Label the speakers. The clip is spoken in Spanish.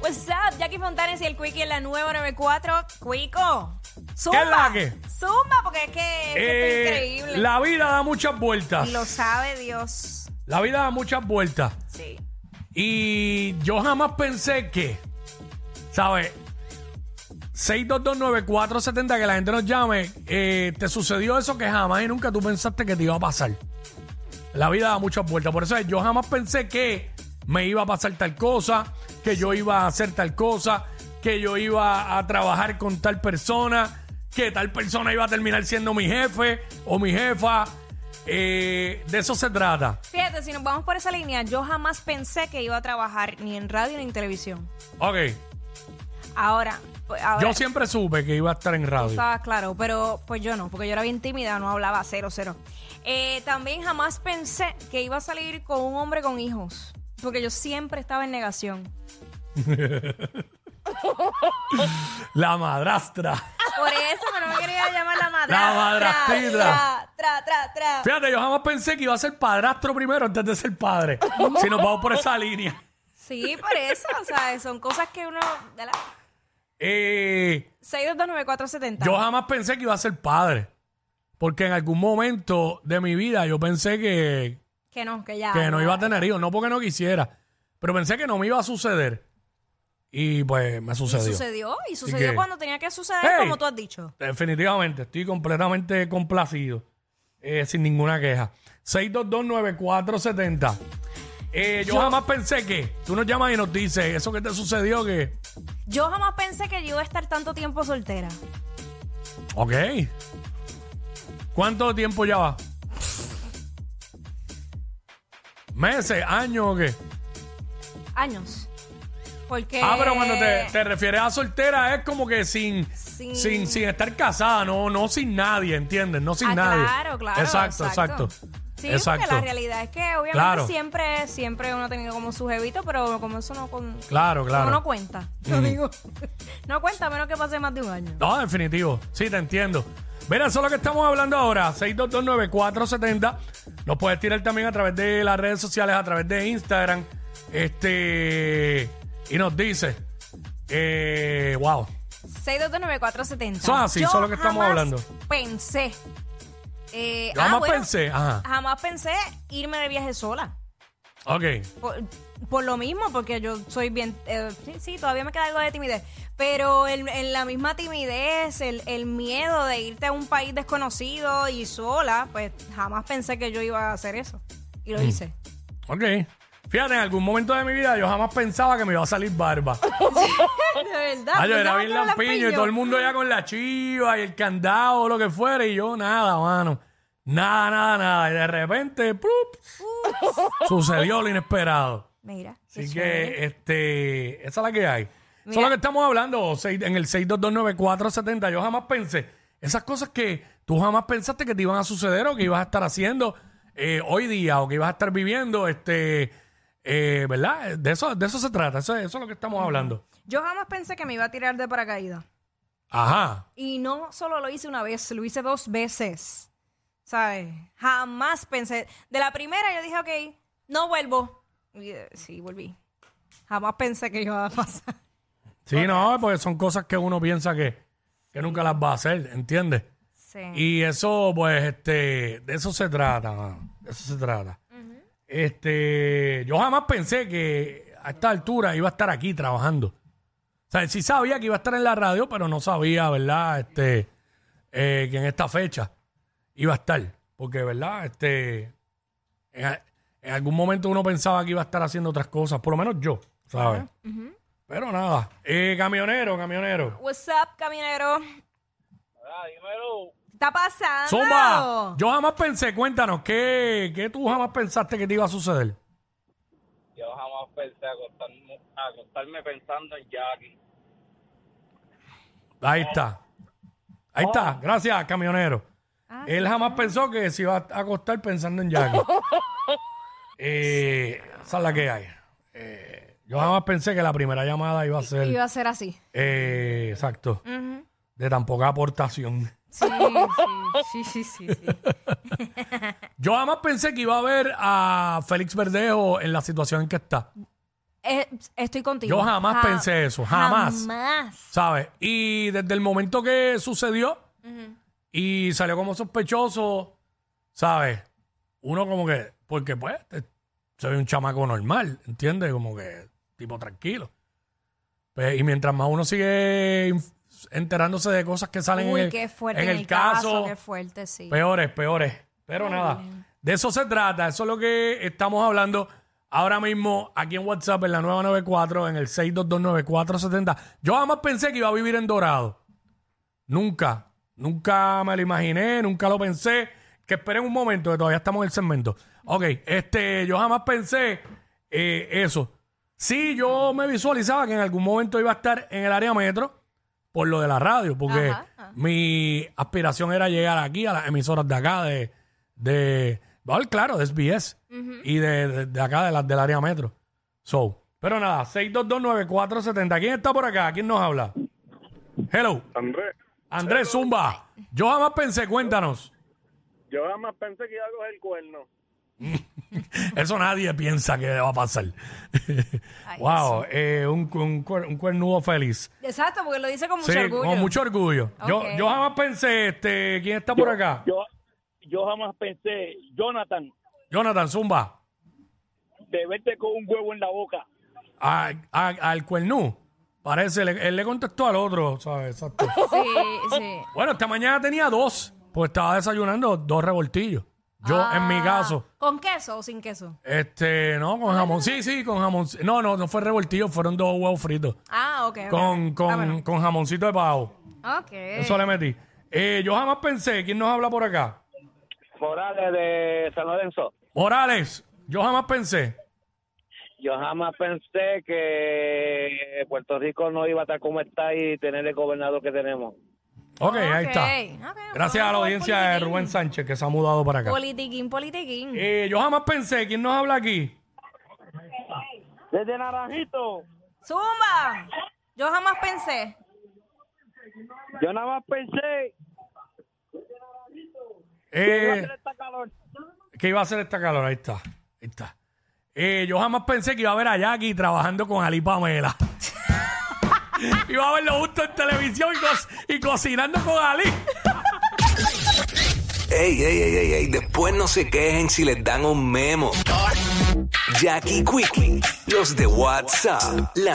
Speaker 1: What's up, Jackie Fontanes y el Quickie en la nueva 94. Quico, zumba.
Speaker 2: ¿Qué es la que?
Speaker 1: Zumba, porque es que, es que esto
Speaker 2: Eh,
Speaker 1: es increíble.
Speaker 2: La vida da muchas vueltas.
Speaker 1: Y lo sabe Dios.
Speaker 2: La vida da muchas vueltas.
Speaker 1: Sí.
Speaker 2: Y yo jamás pensé que, ¿sabes? 6229470, que la gente nos llame. eh, te sucedió eso que jamás y nunca tú pensaste que te iba a pasar. La vida da muchas vueltas. Por eso es, yo jamás pensé que me iba a pasar tal cosa, que yo iba a hacer tal cosa, que yo iba a trabajar con tal persona, que tal persona iba a terminar siendo mi jefe o mi jefa. Eh, de eso se trata.
Speaker 1: Fíjate, si nos vamos por esa línea, yo jamás pensé que iba a trabajar ni en radio ni en televisión.
Speaker 2: Ok.
Speaker 1: Ahora, pues, ahora
Speaker 2: Yo siempre supe que iba a estar en radio.
Speaker 1: estaba claro, pero pues yo no, porque yo era bien tímida, no hablaba cero, cero. Eh, también jamás pensé que iba a salir con un hombre con hijos, porque yo siempre estaba en negación.
Speaker 2: La madrastra.
Speaker 1: Por eso, pero no me quería llamar la madre.
Speaker 2: La madrastrita.
Speaker 1: Tra, tra, tra, tra.
Speaker 2: Fíjate, yo jamás pensé que iba a ser padrastro primero antes de ser padre. si nos vamos por esa línea.
Speaker 1: Sí, por eso, o sea, son cosas que uno... ¿verdad?
Speaker 2: Eh,
Speaker 1: 6229470.
Speaker 2: yo jamás pensé que iba a ser padre. Porque en algún momento de mi vida yo pensé que,
Speaker 1: Que no, que ya.
Speaker 2: que no iba a tener hijos. No porque no quisiera, pero pensé que no me iba a suceder. Y pues me
Speaker 1: Y
Speaker 2: sucedió.
Speaker 1: sucedió, y sucedió
Speaker 2: que-
Speaker 1: cuando tenía que suceder,
Speaker 2: ¡Hey!
Speaker 1: como tú has dicho.
Speaker 2: Definitivamente, estoy completamente complacido, eh, sin ninguna queja. 6229470. Eh, yo,
Speaker 1: Yo-
Speaker 2: jamás pensé que tú nos llamas y nos dices eso que te sucedió que...
Speaker 1: Yo jamás pensé que yo iba a estar tanto tiempo soltera.
Speaker 2: Ok. ¿Cuánto tiempo ya va? ¿Meses? ¿Años o qué?
Speaker 1: Años. Porque.
Speaker 2: Ah, pero cuando te, te refieres a soltera es como que sin,
Speaker 1: Sin-
Speaker 2: sin... sin estar casada, no no sin nadie, ¿entiendes? No sin
Speaker 1: Ah,
Speaker 2: nadie.
Speaker 1: Claro, claro.
Speaker 2: Exacto, exacto.
Speaker 1: Sí, porque la realidad es que obviamente
Speaker 2: Claro.
Speaker 1: siempre, siempre uno ha tenido como su jevito, pero como eso no, con,
Speaker 2: Claro, claro.
Speaker 1: como no cuenta. Lo digo. No cuenta a menos que pase más de un año.
Speaker 2: No, definitivo. Sí, te entiendo. Mira, eso es lo que estamos hablando ahora. 6229470. Nos puedes tirar también a través de las redes sociales, a través de Instagram. Este. Y nos dice. eh, wow.
Speaker 1: 6229470.
Speaker 2: Eso es así,
Speaker 1: Yo
Speaker 2: eso es lo que estamos
Speaker 1: jamás
Speaker 2: hablando.
Speaker 1: Pensé. eh,
Speaker 2: Yo
Speaker 1: ah,
Speaker 2: jamás
Speaker 1: bueno,
Speaker 2: pensé. Ajá.
Speaker 1: Jamás pensé irme de viaje sola.
Speaker 2: Ok.
Speaker 1: Por, por lo mismo, porque yo soy bien. eh, sí, sí, todavía me queda algo de timidez. Pero el- en la misma timidez, el, el miedo de irte a un país desconocido y sola, pues jamás pensé que yo iba a hacer eso. Y
Speaker 2: Mm.
Speaker 1: lo hice.
Speaker 2: Ok. Fíjate, en algún momento de mi vida yo jamás pensaba que me iba a salir barba.
Speaker 1: De verdad.
Speaker 2: Ah, yo era
Speaker 1: pensaba
Speaker 2: bien
Speaker 1: que era
Speaker 2: lampiño y todo el mundo ya con la chiva y el candado o lo que fuera. Y yo nada, mano. Nada, nada, nada. Y de repente, ¡plup! sucedió lo inesperado.
Speaker 1: Mira. qué
Speaker 2: Así
Speaker 1: chévere.
Speaker 2: que, este, esa es la que hay. Eso
Speaker 1: Mira.
Speaker 2: es lo que estamos hablando seis- en el 6229470. Yo jamás pensé, esas cosas que tú jamás pensaste que te iban a suceder o que ibas a estar haciendo eh, hoy día o que ibas a estar viviendo, este, eh, ¿verdad? De eso, de eso se trata, eso, es- eso es lo que estamos hablando.
Speaker 1: Yo jamás pensé que me iba a tirar de paracaídas.
Speaker 2: Ajá.
Speaker 1: Y no solo lo hice una vez, lo hice dos veces. ¿Sabes? Jamás pensé. De la primera yo dije, ok, no vuelvo. Y, eh, sí, volví. Jamás pensé que iba a pasar.
Speaker 2: Sí, no, porque son cosas que uno piensa que, que nunca las va a hacer, ¿entiendes?
Speaker 1: Sí.
Speaker 2: Y eso, pues, este, de eso se trata, mano. De eso se trata. Este, yo jamás pensé que a esta altura iba a estar aquí trabajando. O sea, sí sabía que iba a estar en la radio, pero no sabía, ¿verdad? Este, eh, que en esta fecha iba a estar. Porque, ¿verdad? Este, en, a- en algún momento uno pensaba que iba a estar haciendo otras cosas, por lo menos yo, ¿sabes? Pero nada. Eh, camionero, camionero.
Speaker 1: What's up, caminero?
Speaker 3: Ah, dímelo.
Speaker 1: ¿Qué está pasando?
Speaker 2: Zumba, yo jamás pensé, cuéntanos, ¿qué, ¿qué tú jamás pensaste que te iba a suceder?
Speaker 3: Yo jamás pensé acostarme, acostarme pensando en Jackie.
Speaker 2: Ahí está. Ahí
Speaker 1: Oh.
Speaker 2: está, gracias, camionero.
Speaker 1: Ah,
Speaker 2: Él jamás pensó que se iba a acostar pensando en Jackie. eh, esa es la que hay. Eh, yo jamás pensé que la primera llamada iba a ser,
Speaker 1: Iba a ser así.
Speaker 2: eh, exacto,
Speaker 1: Ujú.
Speaker 2: de tan poca aportación.
Speaker 1: Sí, sí, sí, sí, sí, sí.
Speaker 2: Yo jamás pensé que iba a ver a Félix Verdejo en la situación en que está.
Speaker 1: eh, estoy contigo.
Speaker 2: Yo jamás
Speaker 1: Ja-
Speaker 2: pensé eso, jamás.
Speaker 1: Jamás.
Speaker 2: ¿Sabes? Y desde el momento que sucedió y salió como sospechoso, ¿sabes? Uno como que, porque pues, te- soy un chamaco normal, ¿entiendes? Como que tipo tranquilo. Pues, y mientras más uno sigue inf- enterándose de cosas que salen en
Speaker 1: Uy,
Speaker 2: el,
Speaker 1: qué fuerte.
Speaker 2: en el caso,
Speaker 1: Qué fuerte, sí.
Speaker 2: Peores, peores. Pero nada, de eso se trata. Eso es lo que estamos hablando ahora mismo aquí en WhatsApp, en la 994, en el 6229470. Yo jamás pensé que iba a vivir en Dorado. Nunca. Nunca me lo imaginé, nunca lo pensé. Que esperen un momento, que todavía estamos en el segmento. Ok, este, yo jamás pensé eh, eso. Sí, yo me visualizaba que en algún momento iba a estar en el área metro por lo de la radio, porque
Speaker 1: Ajá, ajá.
Speaker 2: mi aspiración era llegar aquí a las emisoras de acá, de, de bueno, claro, de SBS y de, de- de acá, de las del área metro. So, pero nada, 6229470. ¿Quién está por acá? ¿Quién nos habla? Hello.
Speaker 4: Andrés,
Speaker 2: Andrés Zumba, yo jamás pensé, cuéntanos.
Speaker 4: yo jamás pensé que iba a coger el cuerno.
Speaker 2: Eso nadie piensa que va a pasar.
Speaker 1: Ay,
Speaker 2: wow, eh, un, un cuer- un cuernudo feliz.
Speaker 1: Exacto, porque lo dice con mucho
Speaker 2: sí,
Speaker 1: orgullo.
Speaker 2: con mucho orgullo. Yo,
Speaker 1: Ok.
Speaker 2: yo jamás pensé, este, ¿quién está por acá?
Speaker 5: Yo, yo jamás pensé, Jonathan,
Speaker 2: Jonathan Zumba,
Speaker 5: de verte con un huevo en la boca.
Speaker 2: a- a- al cuernú. Parece, le- él le contestó al otro, ¿sabes? Exacto.
Speaker 1: Sí, sí.
Speaker 2: bueno, esta mañana tenía dos, pues estaba desayunando dos revoltillos. Yo, en mi
Speaker 1: Ah,
Speaker 2: caso,
Speaker 1: ¿Con queso o sin queso?
Speaker 2: este, no, con jamón. Sí, sí, con jamón. No, no, no fue revoltillo, fueron dos huevos fritos.
Speaker 1: Ah, ok. ok.
Speaker 2: con, con,
Speaker 1: Ah, bueno.
Speaker 2: con jamoncito de pavo.
Speaker 1: Ok.
Speaker 2: Eso le metí. Eh, yo jamás pensé, ¿quién nos habla por acá?
Speaker 4: Morales de San Lorenzo.
Speaker 2: Morales, yo jamás pensé.
Speaker 4: Yo jamás pensé que Puerto Rico no iba a estar como está y tener el gobernador que tenemos.
Speaker 2: Ok, ahí
Speaker 1: Ok,
Speaker 2: está.
Speaker 1: ok,
Speaker 2: Gracias a la
Speaker 1: vamos por
Speaker 2: audiencia de
Speaker 1: politiquín.
Speaker 2: Rubén Sánchez que se ha mudado para acá.
Speaker 1: Politiquín, politiquín.
Speaker 2: Eh, yo jamás pensé, ¿quién nos habla aquí?
Speaker 5: Desde Naranjito,
Speaker 1: ¡Zumba! Yo jamás pensé.
Speaker 5: yo nada más pensé que iba a
Speaker 2: Eh,
Speaker 5: hacer esta calor.
Speaker 2: que iba a hacer esta calor, ahí está. Ahí está. Eh, yo jamás pensé que iba a ver a Jackie trabajando con Ali Pamela. iba a verlo justo en televisión y, co- y cocinando con Ali.
Speaker 6: Ey, ey, ey, ey, ey, después no se quejen si les dan un memo. Jackie Quickie, los de WhatsApp, la